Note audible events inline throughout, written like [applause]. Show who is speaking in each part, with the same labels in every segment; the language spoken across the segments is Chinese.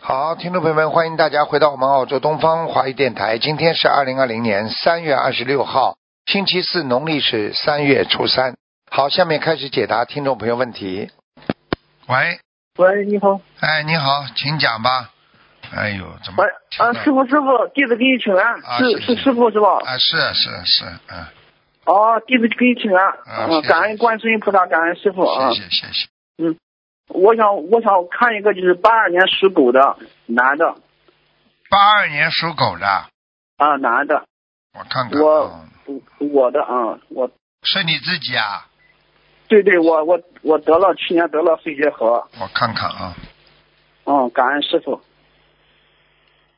Speaker 1: 好，听众朋友们，欢迎大家回到我们澳洲东方华语电台。今天是二零二零年三月二十六号，星期四，农历是三月初三。好，下面开始解答听众朋友问题。喂，
Speaker 2: 喂，你好，
Speaker 1: 哎，你好，请讲吧。哎呦，怎么
Speaker 2: 喂？啊，师傅，师傅，弟子给你请安，
Speaker 1: 啊
Speaker 2: 是
Speaker 1: 是
Speaker 2: 是师傅是吧？
Speaker 1: 啊，是是是，嗯，
Speaker 2: 哦，弟子给你请安，
Speaker 1: 啊
Speaker 2: 嗯
Speaker 1: 谢谢
Speaker 2: 感恩观世音菩萨，感恩师傅啊。
Speaker 1: 谢谢谢谢。
Speaker 2: 我想，我想看一个就是八二年属狗的男的
Speaker 1: 八二年属狗的，
Speaker 2: 啊，男的，
Speaker 1: 我看看，
Speaker 2: 我
Speaker 1: 嗯
Speaker 2: 我我的啊，我
Speaker 1: 是你自己啊？
Speaker 2: 对对，我我我得了去年得了肺结核，
Speaker 1: 我看看啊，
Speaker 2: 嗯，感恩师傅。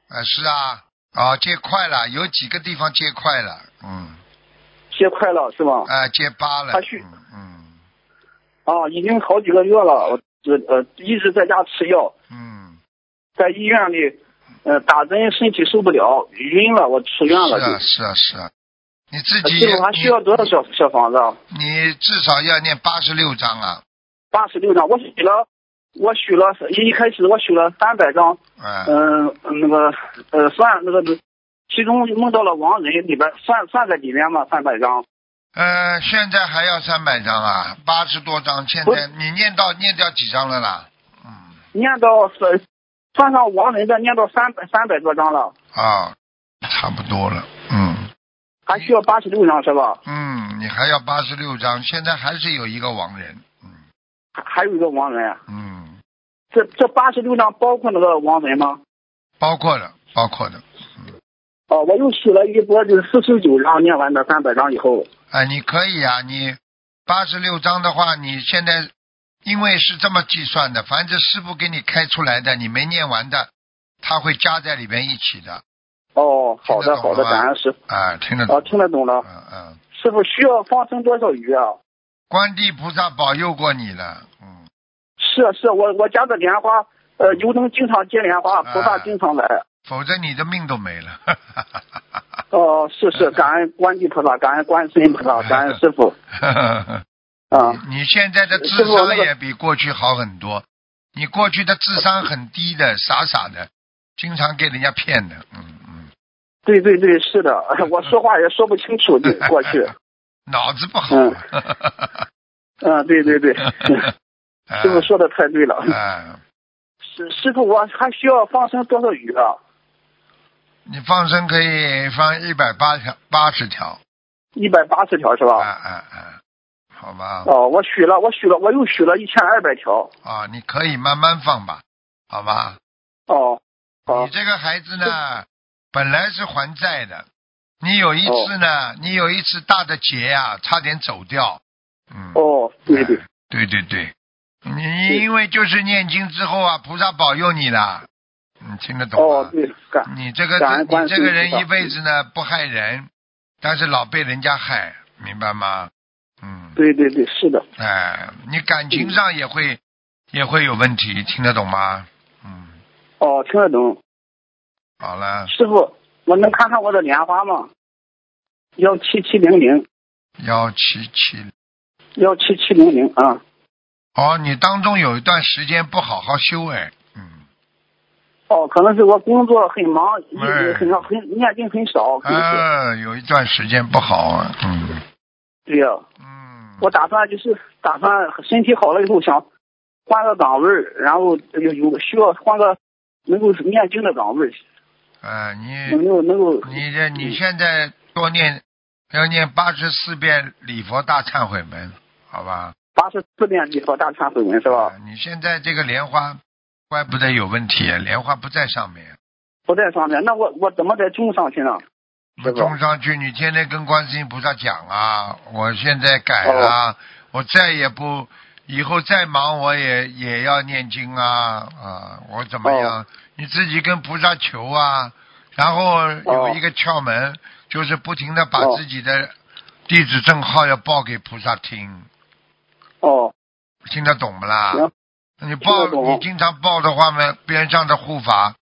Speaker 1: 啊是啊，啊结块了，有几个地方结块了，嗯，
Speaker 2: 结快了是吧？
Speaker 1: 啊结疤了，
Speaker 2: 他去
Speaker 1: 嗯嗯
Speaker 2: 啊，已经好几个月了，我这呃一直在家吃药，
Speaker 1: 嗯，
Speaker 2: 在医院里，呃打针身体受不了，晕了，我出院了
Speaker 1: 是啊
Speaker 2: 就。呃
Speaker 1: 是啊是啊，你自己
Speaker 2: 师傅还需要多少小小房子？啊？
Speaker 1: 你你至少要念八十六章啊，
Speaker 2: 八十六张，我许了，我许了，一开始我许了三百张，
Speaker 1: 嗯
Speaker 2: 嗯、那个呃算那个，其中梦到了亡人里边算算在里面嘛，三百张。
Speaker 1: 呃现在还要三百章啊，八十多章，现
Speaker 2: 不
Speaker 1: 在你念到念掉几章了啦？嗯
Speaker 2: 念到算算上亡人的，念到三百三百多张了，
Speaker 1: 啊，差不多了，嗯。
Speaker 2: 还需要八十六张是吧？
Speaker 1: 嗯，你还要八十六章，现在还是有一个亡人。嗯
Speaker 2: 还还有一个亡人，啊
Speaker 1: 嗯，
Speaker 2: 这这八十六张包括那个亡人吗？
Speaker 1: 包括了，包括了。
Speaker 2: 哦，我又许了一波，就是四十九张，念完的三百张以后，
Speaker 1: 哎，你可以啊，你八十六章的话，你现在因为是这么计算的，凡是师傅给你开出来的，你没念完的，他会加在里边一起的。
Speaker 2: 哦，好的好的，感恩师傅，
Speaker 1: 啊，听得懂？
Speaker 2: 哦，听得懂了，
Speaker 1: 嗯嗯，
Speaker 2: 师傅需要放生多少鱼啊？
Speaker 1: 观地菩萨保佑过你了。嗯，
Speaker 2: 是啊是啊，我我家的莲花，呃，油灯经常结莲花，
Speaker 1: 啊
Speaker 2: 菩萨经常来。
Speaker 1: 否则你的命都没了。 [laughs]
Speaker 2: 哦、是是，感恩观地菩萨，感恩观世音菩萨，感恩
Speaker 1: [laughs]
Speaker 2: 师傅。啊、
Speaker 1: 你现在的智
Speaker 2: 师傅那
Speaker 1: 商
Speaker 2: 个
Speaker 1: 也比过去好很多。你过去的智商很低的，傻傻的，经常给人家骗的。嗯嗯，
Speaker 2: 对对对，是的， [laughs] 我说话也说不清楚，对
Speaker 1: [laughs]
Speaker 2: 过去。
Speaker 1: 脑子不好。
Speaker 2: 嗯
Speaker 1: [laughs]
Speaker 2: 嗯、对对对，师 [laughs]
Speaker 1: 啊
Speaker 2: 傅说的太对了。
Speaker 1: 啊，
Speaker 2: [laughs] 师师傅，我还需要放生多少鱼啊？
Speaker 1: 你放生可以放一百八条八十条。
Speaker 2: 一百八十条是
Speaker 1: 啊
Speaker 2: 吧？
Speaker 1: 啊啊！好吧
Speaker 2: 哦、，我许了，我许了，我又许了一千二百条。
Speaker 1: 啊，你可以慢慢放吧，好吧。
Speaker 2: 哦、好
Speaker 1: 你，这个孩子呢，本来是还债的，你有一次呢，
Speaker 2: 哦
Speaker 1: 你有一次大的劫啊，差点走掉。嗯。
Speaker 2: 哦，对对，
Speaker 1: 对对对，你因为就是念经之后啊，菩萨保佑你啦，你听得懂吗？
Speaker 2: 哦对，感
Speaker 1: 你这个
Speaker 2: 感恩
Speaker 1: 你
Speaker 2: 观
Speaker 1: 这
Speaker 2: 世音
Speaker 1: 个人
Speaker 2: 菩萨
Speaker 1: 一辈子呢不害人，但是老被人家害，明白吗？嗯，
Speaker 2: 对对对，是的。
Speaker 1: 哎，你感情上也会也会有问题，听得懂吗？嗯，
Speaker 2: 哦，听得懂。
Speaker 1: 好了，
Speaker 2: 师傅，我能看看我的莲花吗？幺七七零零，
Speaker 1: 幺七七。
Speaker 2: 幺七七零零啊，
Speaker 1: 哦，你当中有一段时间不好好修哎，嗯，
Speaker 2: 哦，可能是我工作很忙，一
Speaker 1: 哎
Speaker 2: 直很少很念经很少，可能是、
Speaker 1: 啊，有一段时间不好啊，嗯
Speaker 2: 对呀、
Speaker 1: 嗯，
Speaker 2: 我打算就是打算身体好了以后想换个岗位儿，然后有有需要换个能够念经的岗位儿，
Speaker 1: 啊，你
Speaker 2: 能够嗯能够
Speaker 1: 你这你现在多念，要念八十四遍礼佛大忏悔文，好吧？
Speaker 2: 八十四遍礼佛大忏悔文是吧？
Speaker 1: 啊你现在这个莲花，怪不得有问题，莲花不在上面，
Speaker 2: 不在上面，那我我怎么再种上去呢？
Speaker 1: 你
Speaker 2: 是吧
Speaker 1: 种上去，你天天跟观世音菩萨讲啊，我现在改了，
Speaker 2: 哦
Speaker 1: 我再也不，以后再忙我也也要念经啊啊，我怎么样？
Speaker 2: 哦
Speaker 1: 你自己跟菩萨求啊，然后有
Speaker 2: 哦
Speaker 1: 一个窍门，就是不停的把
Speaker 2: 哦
Speaker 1: 自己的地址证号要报给菩萨听，
Speaker 2: 哦，
Speaker 1: 听得懂不啦
Speaker 2: 行？
Speaker 1: 你报
Speaker 2: 听得懂
Speaker 1: 你经常报的话呢，边上的护法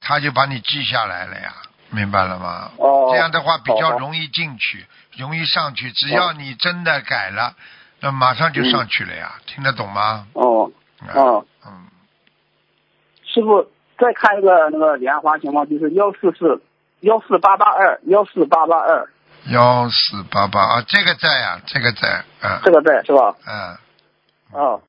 Speaker 1: 他就把你记下来了呀，明白了吗？
Speaker 2: 哦
Speaker 1: 这样的话比较
Speaker 2: 好的
Speaker 1: 容易进去，容易上去。只要你真的改了，那马上就上去了呀，听得懂吗？
Speaker 2: 嗯哦
Speaker 1: 嗯
Speaker 2: 哦，
Speaker 1: 嗯，
Speaker 2: 师傅，再看一个那个莲花情况，就是幺四四幺四八八二幺四八八二，
Speaker 1: 幺四八八啊，这个在啊，这个在，嗯
Speaker 2: 这个在是吧？
Speaker 1: 嗯，
Speaker 2: 啊、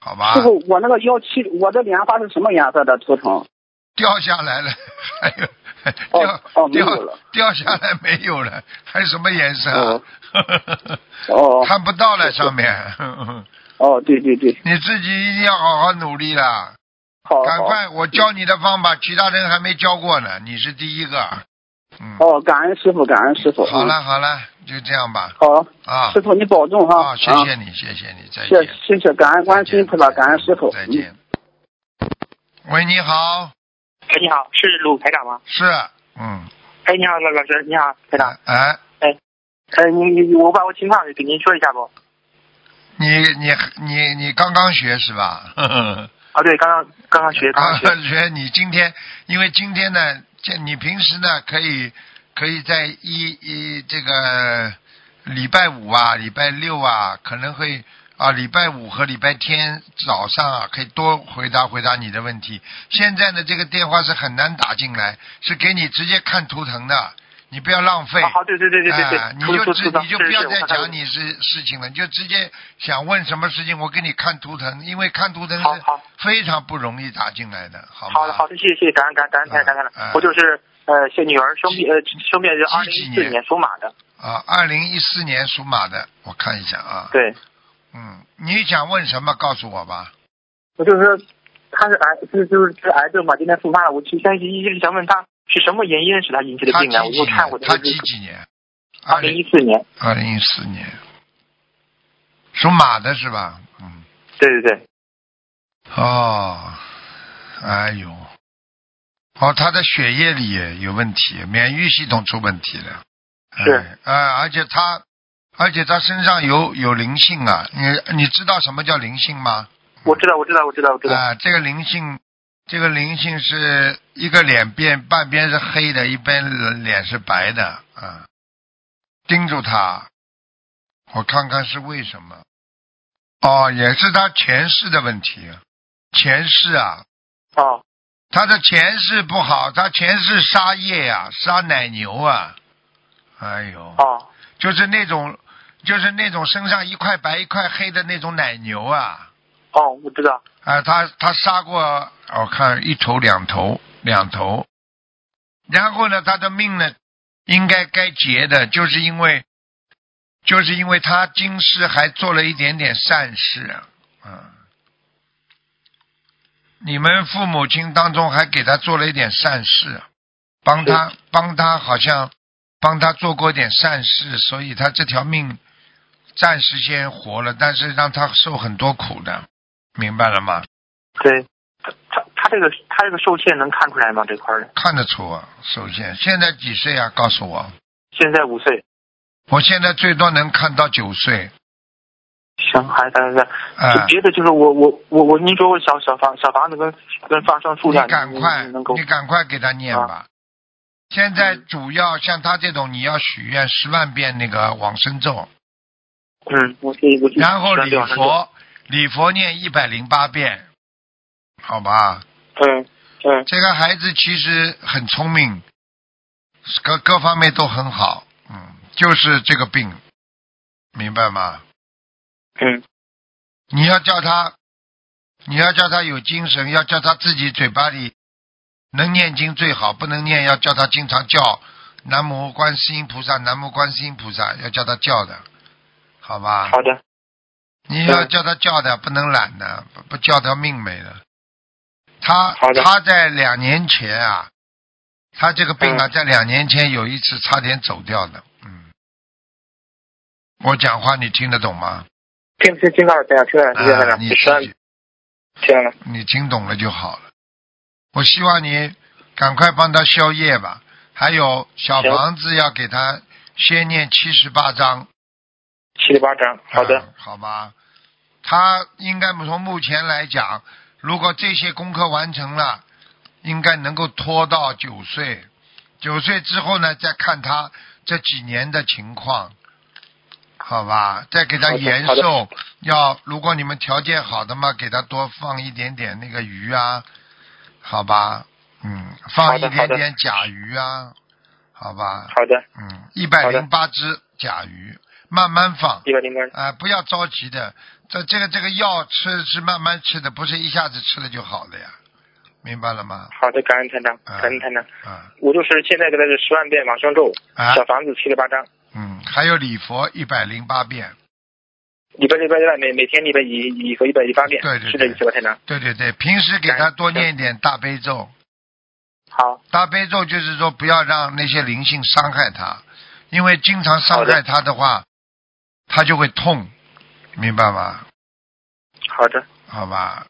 Speaker 1: 好吧
Speaker 2: 师，傅，我那个幺七，我的莲花是什么颜色的图腾？
Speaker 1: 掉下来了， [laughs] 还有
Speaker 2: 哦
Speaker 1: 掉
Speaker 2: 哦，没有
Speaker 1: 掉
Speaker 2: 了。
Speaker 1: 掉下来没有了，还什么颜色啊？ [laughs]
Speaker 2: 哦
Speaker 1: 看不到了上面，
Speaker 2: 哦，对对对，
Speaker 1: [laughs] 你自己一定要好好努力啦，
Speaker 2: 好
Speaker 1: 赶
Speaker 2: 好。
Speaker 1: 快，我教你的方法，其他人还没教过呢，你是第一个，嗯，
Speaker 2: 哦，感恩师傅，感恩师傅。
Speaker 1: 好
Speaker 2: 嗯
Speaker 1: 了好了，就这样吧，
Speaker 2: 好，
Speaker 1: 啊
Speaker 2: 师傅你保重哈。
Speaker 1: 啊，谢谢你，谢谢你，再
Speaker 2: 谢
Speaker 1: 见。
Speaker 2: 谢谢，感恩观世音菩萨，
Speaker 1: 再见
Speaker 2: 感恩师傅。
Speaker 1: 再
Speaker 2: 嗯
Speaker 1: 见。喂，你好，
Speaker 3: 哎，你好，是鲁排长吗？
Speaker 1: 是，嗯，
Speaker 3: 哎，你好，老老师，你好，排长。
Speaker 1: 哎，
Speaker 3: 呃，你你我把我情况给您说一下不？
Speaker 1: 你你你你刚刚学是吧？ [laughs]
Speaker 3: 啊，对，刚刚刚刚学，刚刚
Speaker 1: 刚
Speaker 3: 学。
Speaker 1: 刚啊 [laughs] 学，你今天因为今天呢，这你平时呢可以可以在一一这个礼拜五啊、礼拜六啊，可能会啊礼拜五和礼拜天早上啊，可以多回答回答你的问题。现在呢，这个电话是很难打进来，是给你直接看图腾的，你不要浪费。
Speaker 3: 啊，好，对对对对对对
Speaker 1: 啊，，你
Speaker 3: 出
Speaker 1: 就
Speaker 3: 出
Speaker 1: 直
Speaker 3: 出的，
Speaker 1: 你就是不要
Speaker 3: 是
Speaker 1: 再
Speaker 3: 我看
Speaker 1: 讲你是事情了，你就直接想问什么事情，我给你看图腾，因为看图腾
Speaker 3: 好
Speaker 1: 是
Speaker 3: 好
Speaker 1: 非常不容易打进来的，好吗？
Speaker 3: 好的好的，谢谢谢谢，感恩感恩感恩
Speaker 1: 嗯
Speaker 3: 感恩了
Speaker 1: 嗯。
Speaker 3: 我就是呃，现女儿生病呃生病是二零
Speaker 1: 几几
Speaker 3: 一
Speaker 1: 年
Speaker 3: 四年属马的，
Speaker 1: 啊，二零一四年属马的，我看一下啊。
Speaker 3: 对，
Speaker 1: 嗯，你想问什么？告诉我吧。
Speaker 3: 我就是她是癌就是就是是癌症嘛，今天复发了，我去但是一直想问她是什么原因使她引起的
Speaker 1: 他
Speaker 3: 病呢？啊我
Speaker 1: 几几
Speaker 3: 又看我
Speaker 1: 年？
Speaker 3: 的
Speaker 1: 他几几年？
Speaker 3: 二零一四年，
Speaker 1: 二零一四年，属马的是吧？嗯。
Speaker 3: 对对对，
Speaker 1: 哦，哎呦，哦，他的血液里也有问题，免疫系统出问题了。
Speaker 3: 是
Speaker 1: 哎，啊、而且他，而且他身上有有灵性啊，你你知道什么叫灵性吗？
Speaker 3: 我知道我知道我知道我知道，
Speaker 1: 啊、这个灵性，这个灵性是一个脸变半边是黑的，一边脸是白的啊、盯住他，我看看是为什么。哦，也是他前世的问题，啊前世啊，
Speaker 3: 哦
Speaker 1: 他的前世不好，他前世杀业呀、杀奶牛啊，哎呦，
Speaker 3: 哦
Speaker 1: 就是那种，就是那种身上一块白一块黑的那种奶牛啊。
Speaker 3: 哦，我知道，
Speaker 1: 啊，他他杀过，我看一头两头两头，然后呢，他的命呢，应该该结的，就是因为，就是因为他今世还做了一点点善事，嗯，你们父母亲当中还给他做了一点善事，啊帮他帮他好像帮他做过点善事，所以他这条命暂时先活了，但是让他受很多苦的。明白了吗？
Speaker 3: 对，他他他这个他这个受限能看出来吗？这块儿的，
Speaker 1: 看得出啊，首先现在几岁啊？告诉我，
Speaker 3: 现在五岁，
Speaker 1: 我现在最多能看到九岁，
Speaker 3: 行，还咱咱
Speaker 1: 哎、
Speaker 3: 就别的就是我我我我，您说我小小房小房子跟跟放生数
Speaker 1: 你
Speaker 3: 量，
Speaker 1: 赶
Speaker 3: 您
Speaker 1: 快
Speaker 3: 您能够，啊
Speaker 1: 你赶快给他念吧。现在主要像他这种，你要许愿十万遍那个往生咒，
Speaker 3: 嗯，我可以我去
Speaker 1: 然后
Speaker 3: 希望
Speaker 1: 礼
Speaker 3: 这样能够
Speaker 1: 佛，礼佛念一百零八遍，好吧？
Speaker 3: 嗯嗯
Speaker 1: 这个孩子其实很聪明，各各方面都很好，嗯，就是这个病，明白吗？
Speaker 3: 嗯，
Speaker 1: 你要叫他，你要叫他有精神，要叫他自己嘴巴里能念经最好，不能念要叫他经常叫南无观世音菩萨，南无观世音菩萨，要叫他叫的，好吧？
Speaker 3: 好的，
Speaker 1: 你要
Speaker 3: 嗯
Speaker 1: 叫他叫的，不能懒的，不不叫他命没了。他
Speaker 3: 好的
Speaker 1: 他在两年前啊，他这个病
Speaker 3: 嗯
Speaker 1: 啊，在两年前有一次差点走掉的，嗯。我讲话你听得懂吗？
Speaker 3: 听听听到了，听到了听到了，听到
Speaker 1: 啊
Speaker 3: 了，
Speaker 1: 你
Speaker 3: 听
Speaker 1: 自
Speaker 3: 到了
Speaker 1: 己
Speaker 3: 听到了，
Speaker 1: 你听懂了就好了。我希望你赶快帮他消业吧。还有小
Speaker 3: 行
Speaker 1: 房子要给他先念七十八章。
Speaker 3: 七十八张，好的
Speaker 1: 啊，好吧。他应该从目前来讲，如果这些功课完成了，应该能够拖到九岁。九岁之后呢，再看他这几年的情况，好吧？再给他
Speaker 3: 好的
Speaker 1: 延
Speaker 3: 好的
Speaker 1: 寿，要如果你们条件好的嘛，给他多放一点点那个鱼啊，好吧？嗯，放
Speaker 3: 好
Speaker 1: 一
Speaker 3: 的好
Speaker 1: 点
Speaker 3: 的
Speaker 1: 点甲鱼啊，好吧，
Speaker 3: 好的，
Speaker 1: 嗯，一百
Speaker 3: 好的
Speaker 1: 零八只甲鱼，慢慢放，
Speaker 3: 一百零八。
Speaker 1: 啊、不要着急的，这这个这个药吃是慢慢吃的，不是一下子吃了就好了呀，明白了吗？
Speaker 3: 好的，感恩团长，
Speaker 1: 啊
Speaker 3: 感恩团长。
Speaker 1: 啊
Speaker 3: 我就是现在给他是十万遍往生咒，
Speaker 1: 啊
Speaker 3: 小，房子七十八张，
Speaker 1: 嗯，还有礼佛一百零八遍，
Speaker 3: 礼拜六礼拜六每每天礼拜一一和一百一八遍，
Speaker 1: 对对
Speaker 3: 是这意
Speaker 1: 对
Speaker 3: 思吧，团长？
Speaker 1: 对对对，平时给
Speaker 3: 感
Speaker 1: 他
Speaker 3: 恩
Speaker 1: 多
Speaker 3: 感
Speaker 1: 念一点大悲咒，
Speaker 3: 好，
Speaker 1: 大悲咒就是说不要让那些灵性伤害他，因为经常伤
Speaker 3: 好的
Speaker 1: 害他的话，他就会痛，明白吗？
Speaker 3: 好的，
Speaker 1: 好吧，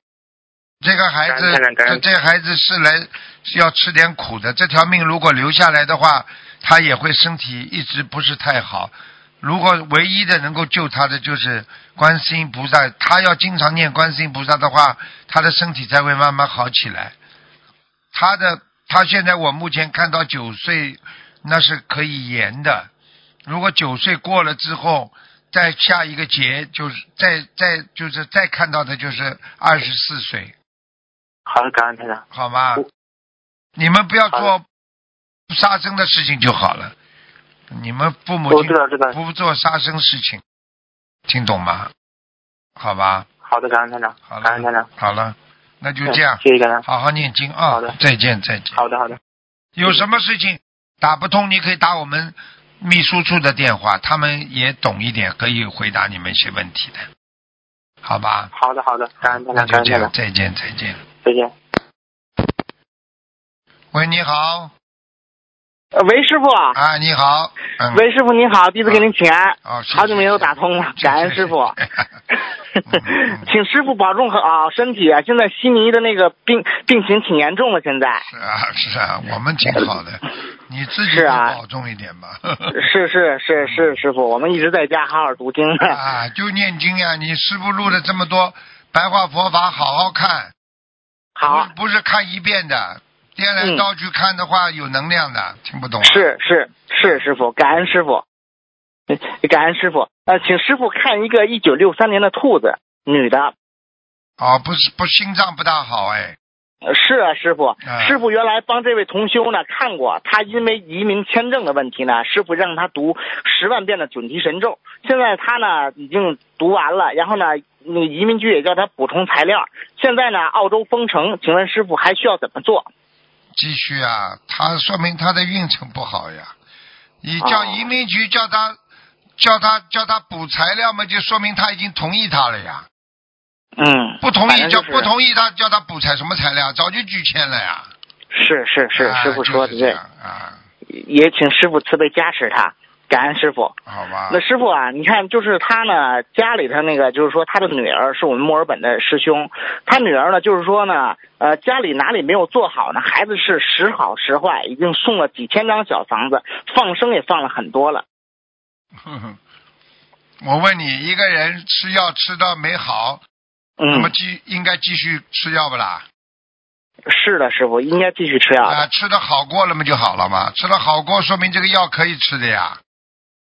Speaker 1: 这个孩
Speaker 3: 感恩
Speaker 1: 子
Speaker 3: 台长，感
Speaker 1: 这
Speaker 3: 恩
Speaker 1: 这孩子是来是要吃点苦的。这条命如果留下来的话，他也会身体一直不是太好。如果唯一的能够救他的就是观世音菩萨，他要经常念观世音菩萨的话，他的身体才会慢慢好起来。他的他现在我目前看到九岁，那是可以延的。如果九岁过了之后，再下一个节就是再再就是再看到的就是二十四岁，
Speaker 3: 好的，感恩团长。
Speaker 1: 好吗
Speaker 3: 我？
Speaker 1: 你们不要
Speaker 3: 好
Speaker 1: 做不杀生的事情就好了。你们父母
Speaker 3: 我
Speaker 1: 亲
Speaker 3: 知道，知道。
Speaker 1: 不做杀生事情，听懂吗？好吧，
Speaker 3: 好的，感恩团长，
Speaker 1: 好
Speaker 3: 感恩团
Speaker 1: 了
Speaker 3: 长，，
Speaker 1: 好了，那就这样
Speaker 3: 啊嗯，谢谢感恩。
Speaker 1: 好好念经啊！
Speaker 3: 好的
Speaker 1: 再见，再见。
Speaker 3: 好的，好的，
Speaker 1: 有什么事情打不通，你可以打我们秘书处的电话，他们也懂一点，可以回答你们一些问题的，好吧？
Speaker 3: 好的，好的，感恩团
Speaker 1: 那
Speaker 3: 长，感
Speaker 1: 就这
Speaker 3: 恩
Speaker 1: 样，
Speaker 3: 团长，
Speaker 1: 再见，再见。
Speaker 3: 再见。
Speaker 1: 喂，你
Speaker 4: 啊
Speaker 1: 好，
Speaker 4: 呃，喂，师傅，
Speaker 1: 啊，你好，嗯，，
Speaker 4: 喂，师傅您好，弟子给您请安，
Speaker 1: 哦，谢谢
Speaker 4: 好久没有打，通了，
Speaker 1: 谢谢
Speaker 4: 感恩师傅，
Speaker 1: 谢谢嗯嗯
Speaker 4: [laughs] 请师傅保重好身体啊！现在悉尼的那个病病情挺严重的，
Speaker 1: [laughs]
Speaker 4: 现在
Speaker 1: [laughs] 是啊，是啊，我们挺好的，你自己
Speaker 4: 是啊
Speaker 1: 保重一点吧。
Speaker 4: 是是是是，师傅，我们一直在家好好读经呢。
Speaker 1: [laughs] 啊，就念经呀、你师傅录了这么多白话佛法，好好看，
Speaker 4: [laughs] 好，嗯
Speaker 1: 不不是看一遍的，颠来倒去看的话、有能量的，听不懂、啊。，
Speaker 4: 是是是，师傅，感恩师傅，感恩师傅。呃，请师傅看一个一九六三年的兔子，女的，
Speaker 1: 哦，不是不心脏不大好哎，
Speaker 4: 呃是啊，师傅
Speaker 1: 啊，
Speaker 4: 师傅原来帮这位同修呢看过，他因为移民签证的问题呢，师傅让他读十万遍的准提神咒，现在他呢已经读完了，然后呢，那个移民局也叫他补充材料，现在呢澳洲封城，请问师傅还需要怎么做？
Speaker 1: 继续啊，他说明他的运程不好呀。你叫
Speaker 4: 哦
Speaker 1: 移民局叫他、叫他叫他补材料嘛，就说明他已经同意他了呀。
Speaker 4: 嗯，
Speaker 1: 不同
Speaker 4: 反
Speaker 1: 意
Speaker 4: 正
Speaker 1: 叫、
Speaker 4: 就是
Speaker 1: 不同意他叫他补材什么材料，啊早就拒签了呀。
Speaker 4: 是是是，
Speaker 1: 啊
Speaker 4: 师傅说的
Speaker 1: 就是这
Speaker 4: 对，
Speaker 1: 样啊，
Speaker 4: 也请师傅慈悲加持他，感恩师傅。
Speaker 1: 好吧
Speaker 4: 那。师傅啊，你看，就是他呢，家里头那个，就是说他的女儿是我们墨尔本的师兄，他女儿呢，就是说呢，呃，家里哪里没有做好呢，孩子是时好时坏，已经送了几千张小房子，放生也放了很多了。
Speaker 1: [laughs] 我问你，一个人吃药吃到没好，那么
Speaker 4: 嗯，
Speaker 1: 继应该继续吃药不啦？
Speaker 4: 是的，师傅应该继续吃药的。
Speaker 1: 啊，吃的好过了嘛就好了嘛，吃的好过说明这个药可以吃的呀，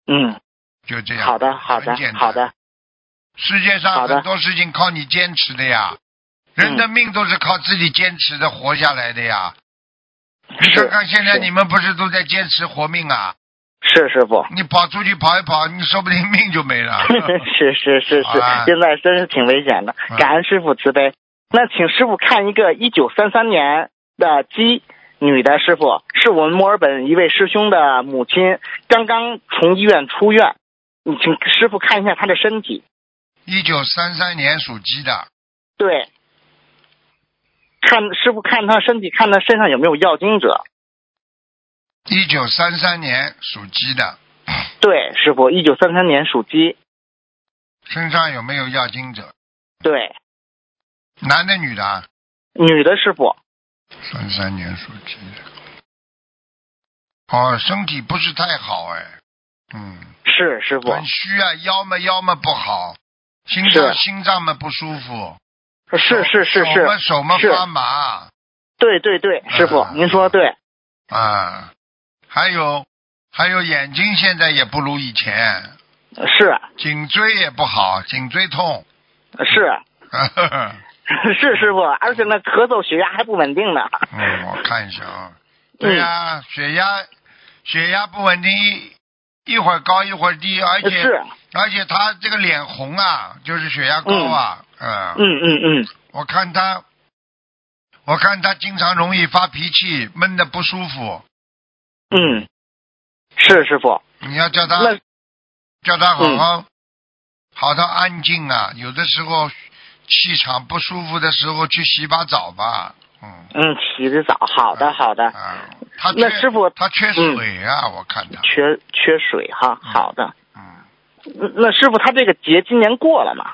Speaker 4: 嗯，
Speaker 1: 就这样。
Speaker 4: 好的，好的
Speaker 1: 哎很简，单
Speaker 4: 好的，
Speaker 1: 世界上
Speaker 4: 好的嗯
Speaker 1: 很多事情靠你坚持的呀，人的命都是靠自己坚持的活下来的呀。你
Speaker 4: 是
Speaker 1: 看看现在
Speaker 4: 是
Speaker 1: 你们不是都在坚持活命啊？
Speaker 4: 是师傅，
Speaker 1: 你跑出去跑一跑，你说不定命就没
Speaker 4: [laughs]
Speaker 1: 了。
Speaker 4: 是是是
Speaker 1: 啊好
Speaker 4: 是
Speaker 1: 啊，
Speaker 4: 现在真是挺危险的
Speaker 1: 嗯，
Speaker 4: 感恩师傅慈悲。那请师傅看一个一九三三年的鸡女的师傅，是我们墨尔本一位师兄的母亲，刚刚从医院出院，你请师傅看一下她的身体。
Speaker 1: 一九三三年属鸡的，
Speaker 4: 对，看师傅看她身体，看她身上有没有药精者。
Speaker 1: 一九三三年属鸡的，
Speaker 4: 对，师傅，一九三三年属鸡。
Speaker 1: 身上有没有要经者？
Speaker 4: 对，
Speaker 1: 男的女的啊？
Speaker 4: 女的师傅。
Speaker 1: 三三年属鸡的。哦，身体不是太好哎，嗯，
Speaker 4: 是师傅，
Speaker 1: 很虚啊，腰嘛腰嘛不好，心脏
Speaker 4: 是
Speaker 1: 心脏嘛不舒服，
Speaker 4: 是是是
Speaker 1: 手嘛
Speaker 4: 是，
Speaker 1: 手嘛
Speaker 4: 是
Speaker 1: 发麻
Speaker 4: 对对对，师傅
Speaker 1: 啊，
Speaker 4: 您说的对，
Speaker 1: 啊，还有还有眼睛现在也不如以前，
Speaker 4: 是啊
Speaker 1: [laughs] 颈椎也不好，颈椎痛，嗯
Speaker 4: 是，啊 [laughs] 是师傅，而且呢，咳嗽、血压还不稳定呢。
Speaker 1: 嗯，
Speaker 4: [laughs]
Speaker 1: 我看一下啊。对呀、血压血压不稳定，一一会儿高一会儿低，而且
Speaker 4: 是，
Speaker 1: 而且他这个脸红啊，就是血压高啊，嗯，
Speaker 4: 嗯嗯嗯，
Speaker 1: 我看他，我看他经常容易发脾气，闷的不舒服。
Speaker 4: 嗯，是师傅。
Speaker 1: 你要叫他
Speaker 4: 那
Speaker 1: 叫他好
Speaker 4: 嗯
Speaker 1: 好、好好安静啊，有的时候气场不舒服的时候去洗把澡吧，嗯。
Speaker 4: 嗯，起得早，好的好的，
Speaker 1: 啊，他
Speaker 4: 那
Speaker 1: 缺
Speaker 4: 师傅嗯
Speaker 1: 他缺水啊，我看他，
Speaker 4: 缺缺水哈，好的。
Speaker 1: 嗯，
Speaker 4: 那那师傅他这个节今年过了吗？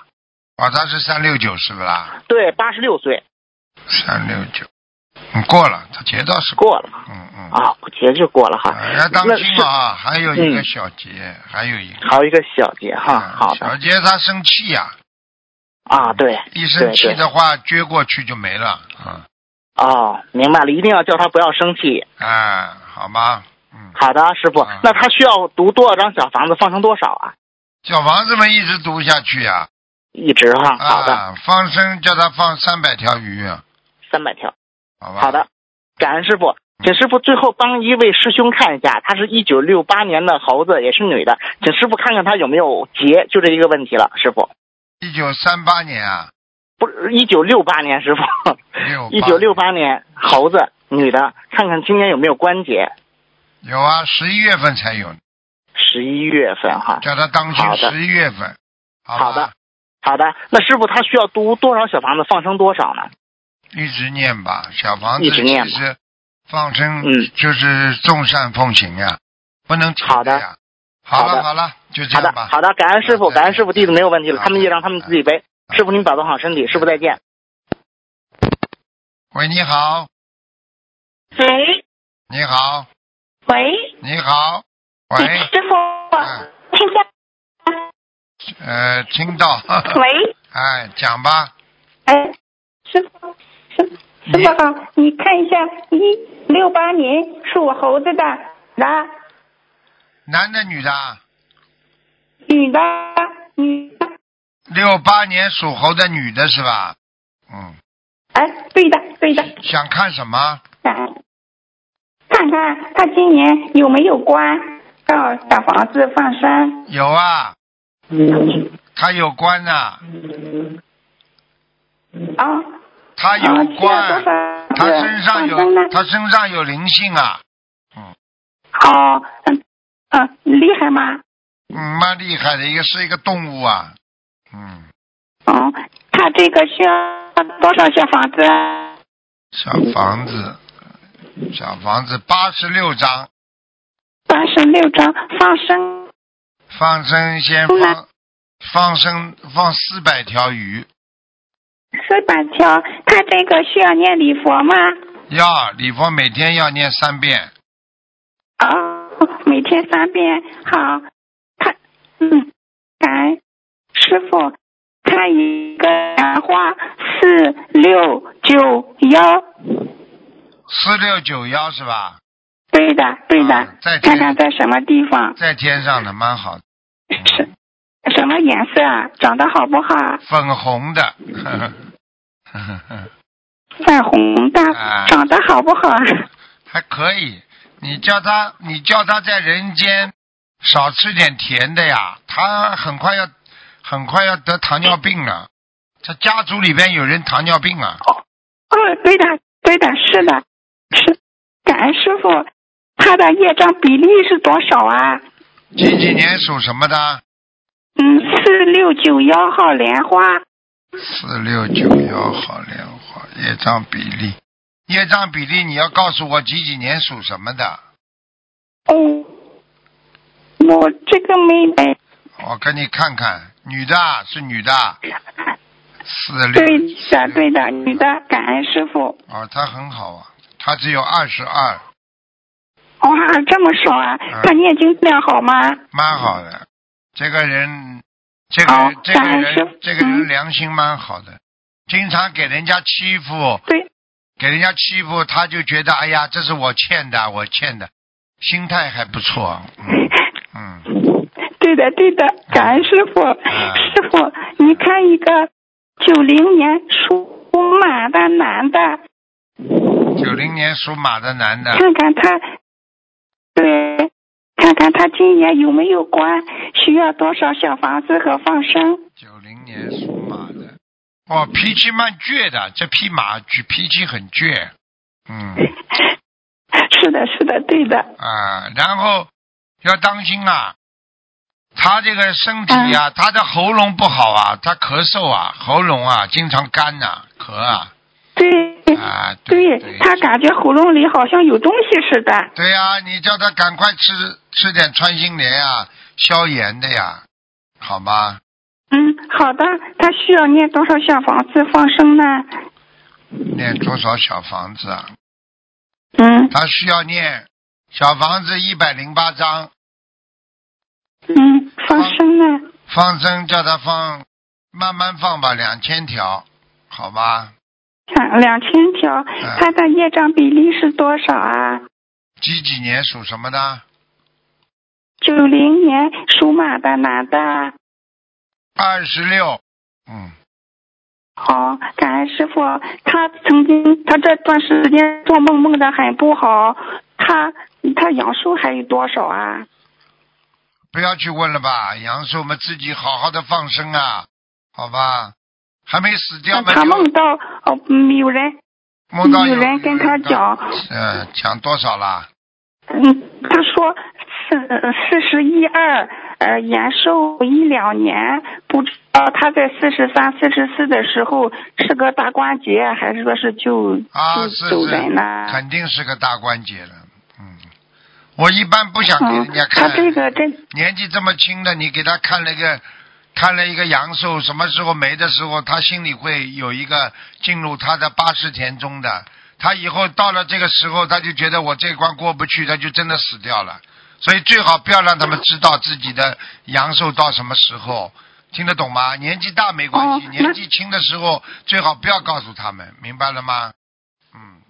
Speaker 1: 哦，他是三六九是不啦？
Speaker 4: 对，八十六岁
Speaker 1: 三六九，嗯，过了，他劫到是，
Speaker 4: 过了嘛？
Speaker 1: 嗯嗯，
Speaker 4: 啊，节就过了哈
Speaker 1: 啊，。要当
Speaker 4: 那是
Speaker 1: 心啊，还有一个
Speaker 4: 嗯
Speaker 1: 小劫，还有一个
Speaker 4: 还有一个小节哈，
Speaker 1: 啊
Speaker 4: 好的
Speaker 1: 小劫他生气呀，
Speaker 4: 啊，对，
Speaker 1: 一生气
Speaker 4: 对对
Speaker 1: 的话撅过去就没了，啊
Speaker 4: 哦，明白了，一定要叫他不要生气。
Speaker 1: 啊，好吗？嗯，
Speaker 4: 好的，师傅
Speaker 1: 啊，
Speaker 4: 那他需要读多少张小房子，放成多少啊？
Speaker 1: 小房子们一直读下去呀，
Speaker 4: 一直哈，好的，
Speaker 1: 啊，放生叫他放三百条鱼，啊
Speaker 4: 三百条，
Speaker 1: 好吧？
Speaker 4: 好的，感恩师
Speaker 1: 嗯
Speaker 4: 傅。请师傅最后帮一位师兄看一下，她是一九六八年的猴子，也是女的，请师傅看看她有没有结，就这一个问题了，师傅。
Speaker 1: 一九三八年啊，
Speaker 4: 不是一九六八年，师傅，
Speaker 1: 六
Speaker 4: 一九六八年猴子女的，看看今年有没有关节。
Speaker 1: 有啊，十一月份才有，
Speaker 4: 十一月份哈，
Speaker 1: 叫他当
Speaker 4: 好
Speaker 1: 心
Speaker 4: 的
Speaker 1: 十一月份。好吧
Speaker 4: 好的，好的。那师傅他需要读多少小房子，放生多少呢？
Speaker 1: 一直念吧，小房子
Speaker 4: 一直念吧
Speaker 1: 其实放生
Speaker 4: 嗯
Speaker 1: 就是众善奉行呀，不能停
Speaker 4: 好的
Speaker 1: 呀。好
Speaker 4: 好
Speaker 1: 了
Speaker 4: 的
Speaker 1: 好了，就这
Speaker 4: 好的
Speaker 1: 样，吧。
Speaker 4: 好的，感恩师傅，
Speaker 1: 好再见
Speaker 4: 感恩师傅，弟子没有问题了，
Speaker 1: 好
Speaker 4: 他们也让他们自己背。师傅您保重好身体，师傅再见。
Speaker 1: 喂，你好，
Speaker 5: 喂
Speaker 1: 你好，
Speaker 5: 喂，
Speaker 1: 你好，
Speaker 4: [laughs]
Speaker 1: 喂，
Speaker 5: 师傅，
Speaker 1: 嗯
Speaker 5: 听见？
Speaker 1: 呃，听
Speaker 4: [laughs]
Speaker 1: 到，
Speaker 5: 喂，
Speaker 1: 哎，讲吧，
Speaker 5: 哎，师傅，师师
Speaker 1: 你
Speaker 5: 傅好，你看一下，一六八年属猴子的男
Speaker 1: 男的啊女的？
Speaker 5: 女的女的，
Speaker 1: 六八年属猴的女的是吧？嗯，
Speaker 5: 哎，对的对的，
Speaker 1: 想看什么？
Speaker 5: 哎，看看他今年有没有关到小房子放生？
Speaker 1: 有啊，他有关呐、
Speaker 5: 啊、
Speaker 1: 他
Speaker 5: 啊，
Speaker 1: 有
Speaker 5: 需要多
Speaker 1: 关，
Speaker 5: 少
Speaker 1: 他身上
Speaker 5: 放生呢
Speaker 1: 有他身上有灵性啊，
Speaker 5: 哦，嗯嗯，厉害吗？
Speaker 1: 嗯，蛮厉害的，一个是一个动物啊，嗯，
Speaker 5: 哦，他这个需要多少小房子？
Speaker 1: 小房子，小房子八十六张，
Speaker 5: 八十六张放生。
Speaker 1: 放生先
Speaker 5: 出来
Speaker 1: 放，放生放四百条鱼，
Speaker 5: 四百条，他这个需要念礼佛吗？
Speaker 1: 要礼佛每天要念三遍，
Speaker 5: 哦，每天三遍。好，他嗯，感恩师傅，他一个莲花四六九幺，
Speaker 1: 四六九幺是吧？
Speaker 5: 对的对的，
Speaker 1: 啊在
Speaker 5: 看看在什么地方，
Speaker 1: 在天上的蛮好的，
Speaker 5: 是什么颜色啊？长得好不好啊？
Speaker 1: 粉红的， [laughs] 呵呵呵
Speaker 5: 泛红的
Speaker 1: 啊，
Speaker 5: 长得好不好啊？
Speaker 1: 还可以。你叫他，你叫他在人间少吃点甜的呀，他很快要很快要得糖尿病了。他家族里边有人糖尿病啊，
Speaker 5: 哦，对的，对的，是的，是。感恩师傅，他的业障比例是多少啊？
Speaker 1: 几几年属什么的？
Speaker 5: 嗯，四六九幺号莲花。
Speaker 1: 四六九幺好莲花业障比例，业障比例你要告诉我几几年属什么的。
Speaker 5: 哦，我这个妹妹，
Speaker 1: 我给你看看，女的啊是女的啊，四六
Speaker 5: 对的，对的，女的，感恩师傅。
Speaker 1: 哦，她很好啊，她只有二十二，
Speaker 5: 哇，这么爽啊！她念经质量好吗？
Speaker 1: 蛮好的。这个人，这个
Speaker 5: 好
Speaker 1: 人这个
Speaker 5: 感恩师
Speaker 1: 人
Speaker 5: 父
Speaker 1: 这个人
Speaker 5: 嗯
Speaker 1: 良心蛮好的，经常给人家欺负，
Speaker 5: 对，
Speaker 1: 给人家欺负，他就觉得哎呀，这是我欠的，我欠的，心态还不错，嗯嗯，
Speaker 5: 对的，对
Speaker 1: 啊
Speaker 5: 的，感恩师傅。
Speaker 1: 嗯
Speaker 5: 师傅，你看一个九零年属马的男的，
Speaker 1: 九零年属马的男的，
Speaker 5: 看看他，对，看看他今年有没有关，需要多少小房子和放生。 [laughs]
Speaker 1: 九零年属马的，哦，脾气蛮倔的，这匹马脾脾气很倔，嗯
Speaker 5: 是的，是的，对的，
Speaker 1: 啊，然后要当心啊，他这个身体
Speaker 5: 嗯
Speaker 1: 啊，他的喉咙不好啊，他咳嗽啊，喉咙啊经常干呐、咳啊，
Speaker 5: 对，
Speaker 1: 啊，对
Speaker 5: 对他感觉喉咙里好像有东西似的。
Speaker 1: 对呀、你叫他赶快吃吃点穿心莲啊，消炎的呀，好吗？
Speaker 5: 嗯，好的，他需要念多少小房子放生呢？
Speaker 1: 念多少小房子啊？
Speaker 5: 嗯
Speaker 1: 他需要念小房子一百零八章，
Speaker 5: 嗯，放生呢？
Speaker 1: 放生叫他放，慢慢放吧，两千条，好吗？
Speaker 5: 两两千条，他的业障比例是多少啊？
Speaker 1: 几几年属什么的？
Speaker 5: 九零年属马的男的。
Speaker 1: 二十六，嗯，
Speaker 5: 好，感恩师傅。他曾经，他这段时间做梦梦的很不好。他他阳寿还有多少啊？
Speaker 1: 不要去问了吧，杨寿我们自己好好的放生啊，好吧？还没死掉嘛，
Speaker 5: 他
Speaker 1: 就
Speaker 5: 梦到哦，嗯有人
Speaker 1: 梦到啊
Speaker 5: 有人跟他讲，
Speaker 1: 嗯，讲多少啦？
Speaker 5: 嗯，他说四呃四十一二，呃，延寿一两年，不知道他在四十三、四十四的时候是个大关节，还是说是就
Speaker 1: 啊，
Speaker 5: 就是嗯走
Speaker 1: 是
Speaker 5: 人啊了，？
Speaker 1: 肯定是个大关节了。嗯，我一般不想给
Speaker 5: 嗯
Speaker 1: 人家，
Speaker 5: 他
Speaker 1: 看。
Speaker 5: 这个真
Speaker 1: 年纪这么轻的，你给他看了一个看了一个阳寿，什么时候没的时候，他心里会有一个进入他的八十田中的。他以后到了这个时候，他就觉得我这关过不去，他就真的死掉了。所以最好不要让他们知道自己的阳寿到什么时候，听得懂吗？年纪大没关系，
Speaker 5: 哦那
Speaker 1: 年纪轻的时候最好不要告诉他们，明白了吗？嗯，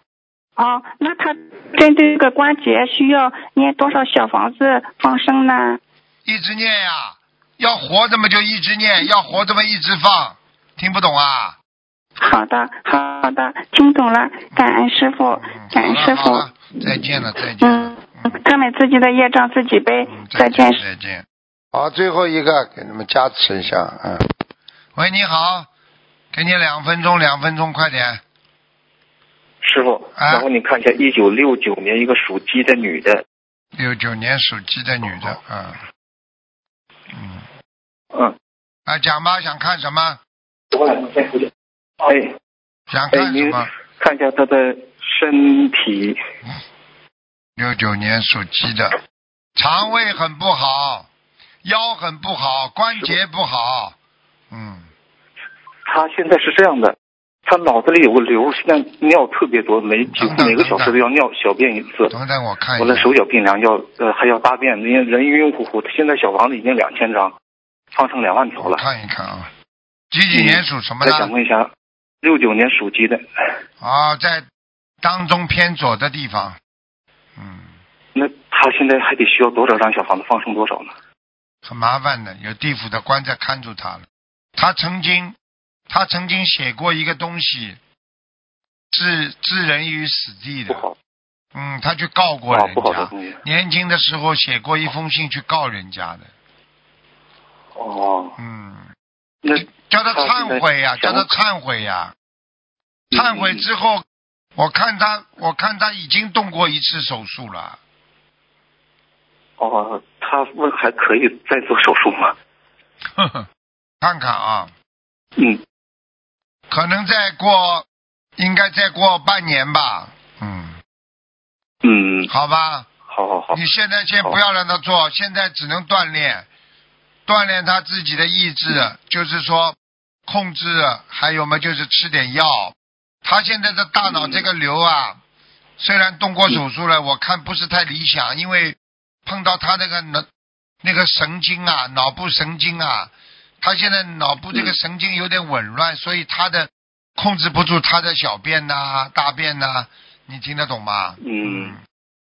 Speaker 5: 哦，那他针对这个关节需要念多少小房子放生呢？
Speaker 1: 一直念呀、要活着么就一直念，要活着么一直放，听不懂啊？
Speaker 5: 好的，好的，听懂了，感恩师傅， [laughs]
Speaker 1: 嗯
Speaker 5: 感恩
Speaker 1: 好了
Speaker 5: 师
Speaker 1: 好
Speaker 5: 傅。
Speaker 1: 了，再见了，再见了
Speaker 5: 嗯，，看美自己的业障自己背
Speaker 1: 嗯，
Speaker 5: 再见。
Speaker 1: 再见。好，最后一个给你们加持一下啊。喂，你好，给你两分钟，两分钟，快点。
Speaker 6: 师傅，
Speaker 1: 啊
Speaker 6: 麻烦你看一下一九六九年一个属鸡的女的，
Speaker 1: 六九年属鸡的女的啊，嗯，
Speaker 6: 嗯，
Speaker 1: 啊，讲吧，想看什么？
Speaker 6: 哎
Speaker 1: 想
Speaker 6: 哎，
Speaker 1: 看什
Speaker 6: 您
Speaker 1: 么？
Speaker 6: 看一下她的身体，
Speaker 1: 六九年属鸡的，肠胃很不好，腰很不好，关节不好，嗯，
Speaker 6: 她现在是这样的，她脑子里有个瘤，现在尿特别多，每几乎每个小时都要尿小便一次。
Speaker 1: 等等我看
Speaker 6: 我
Speaker 1: 一
Speaker 6: 的
Speaker 1: 下。
Speaker 6: 手脚冰凉，要呃还要大便，人人晕晕乎乎。现在小房子已经两千张，放成两万条
Speaker 1: 我
Speaker 6: 了。
Speaker 1: 看一看啊，几几年属什么
Speaker 6: 再
Speaker 1: 的？
Speaker 6: 想问一下，六九年属鸡的，
Speaker 1: 啊、在当中偏左的地方，嗯，
Speaker 6: 那她现在还得需要多少张小房子放生多少呢？
Speaker 1: 很麻烦的，有地府的官在看住他了。他曾经，他曾经写过一个东西，置置人于死地
Speaker 6: 不
Speaker 1: 的，
Speaker 6: 好，
Speaker 1: 嗯，他去告过
Speaker 6: 啊，
Speaker 1: 人
Speaker 6: 不好的
Speaker 1: 家。
Speaker 6: 东西。
Speaker 1: 年轻的时候写过一封信去告人家的，
Speaker 6: 哦，
Speaker 1: 嗯，
Speaker 6: 那
Speaker 1: 叫他忏悔呀、
Speaker 6: 他
Speaker 1: 叫他
Speaker 6: 啊现在嗯
Speaker 1: 忏悔呀、忏悔之后，我看他，我看他已经动过一次手术了。 [laughs]
Speaker 6: 哦，他问还可以再做手术吗？
Speaker 1: 呵呵，看看啊，
Speaker 6: 嗯，
Speaker 1: 可能再过，应该再过半年吧。嗯，
Speaker 6: 嗯，
Speaker 1: 好吧，
Speaker 6: 好好好，
Speaker 1: 你现在先
Speaker 6: 好
Speaker 1: 不要让他做，现在只能锻炼，锻炼他自己的意
Speaker 6: 嗯
Speaker 1: 志，就是说控制，还有嘛就是吃点药。他现在的大脑这个瘤
Speaker 6: 嗯
Speaker 1: 啊，虽然动过手术了，我看不是太理想，因为碰到他那个脑那个神经啊，脑部神经啊，他现在脑部
Speaker 6: 嗯
Speaker 1: 这个神经有点紊乱，所以他的控制不住他的小便呐、大便呐、你听得懂吗？
Speaker 6: 嗯，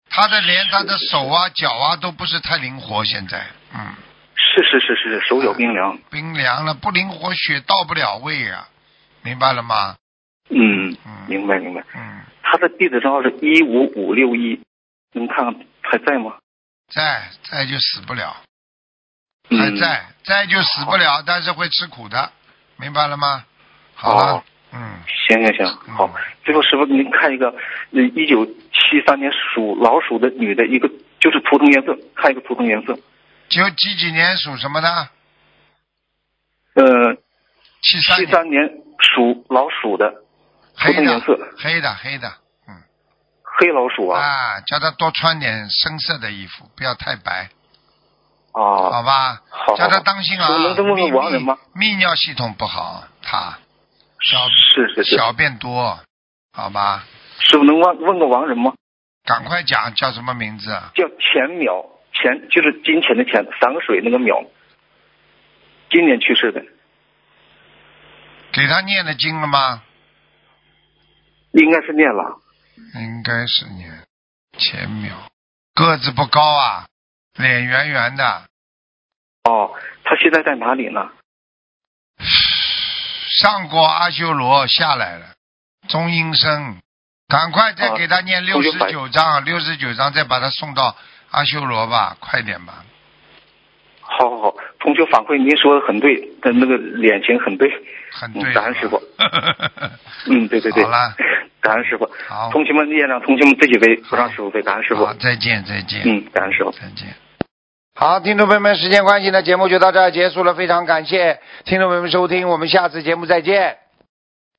Speaker 1: 他的连他的手啊、脚啊都不是太灵活，现在，嗯，
Speaker 6: 是是是是，手脚冰凉，
Speaker 1: 冰凉了，不灵活，血到不了位啊，明白了吗？
Speaker 6: 明白明白。
Speaker 1: 嗯，
Speaker 6: 他的地址账号是一五五六一，你们看看还在吗？
Speaker 1: 在在就死不了，
Speaker 6: 嗯
Speaker 1: 还在在就死不了，但是会吃苦的，明白了吗？好了
Speaker 6: 哦，
Speaker 1: 嗯，
Speaker 6: 行行行，
Speaker 1: 嗯
Speaker 6: 好。最后师傅，您看一个，呃，一九七三年属老鼠的女的一个，就是图腾颜色，看一个图腾颜色，
Speaker 1: 就几几年属什么的？
Speaker 6: 呃，
Speaker 1: 七
Speaker 6: 七
Speaker 1: 年，
Speaker 6: 三年属老鼠的图
Speaker 1: 黑
Speaker 6: 腾颜
Speaker 1: 的
Speaker 6: 色，
Speaker 1: 黑的黑的，嗯
Speaker 6: 黑老鼠啊
Speaker 1: 啊，叫他多穿点深色的衣服，不要太白，
Speaker 6: 啊，
Speaker 1: 好吧？
Speaker 6: 好
Speaker 1: 叫他当心啊
Speaker 6: 我能这么，问
Speaker 1: 泌
Speaker 6: 王人吗
Speaker 1: 泌泌尿系统不好，他小
Speaker 6: 是是是，
Speaker 1: 小便多，好吧？
Speaker 6: 师傅能问问个王人吗？
Speaker 1: 赶快讲叫什么名字啊？
Speaker 6: 叫钱淼，钱就是金钱的钱，三个水那个淼，今年去世的，
Speaker 1: 给他念的经了吗？
Speaker 6: 应该是念了，
Speaker 1: 应该是念。前秒，个子不高啊，脸圆圆的，
Speaker 6: 哦，他现在在哪里呢？
Speaker 1: 上过阿修罗下来了，中阴身。赶快再给他念六
Speaker 6: 同学
Speaker 1: 十
Speaker 6: 反
Speaker 1: 九章，六十九章再把他送到阿修罗吧，快点吧。
Speaker 6: 好好好，同学反馈您说的很对，的那个脸型很对，
Speaker 1: 很
Speaker 6: 嗯
Speaker 1: 对，
Speaker 6: 感恩师傅。嗯，对对对
Speaker 1: 好了，
Speaker 6: [laughs] 感恩师傅。
Speaker 1: [laughs] 好
Speaker 6: 同学们月亮，同学们自己背，不让师傅背，感恩师傅
Speaker 1: 好，。再见，再见。
Speaker 6: 嗯，感恩师傅。
Speaker 1: 再见。好，听众朋友们，时间关系呢，节目就到这儿结束了。非常感谢听众朋友们收听，我们下次节目再见。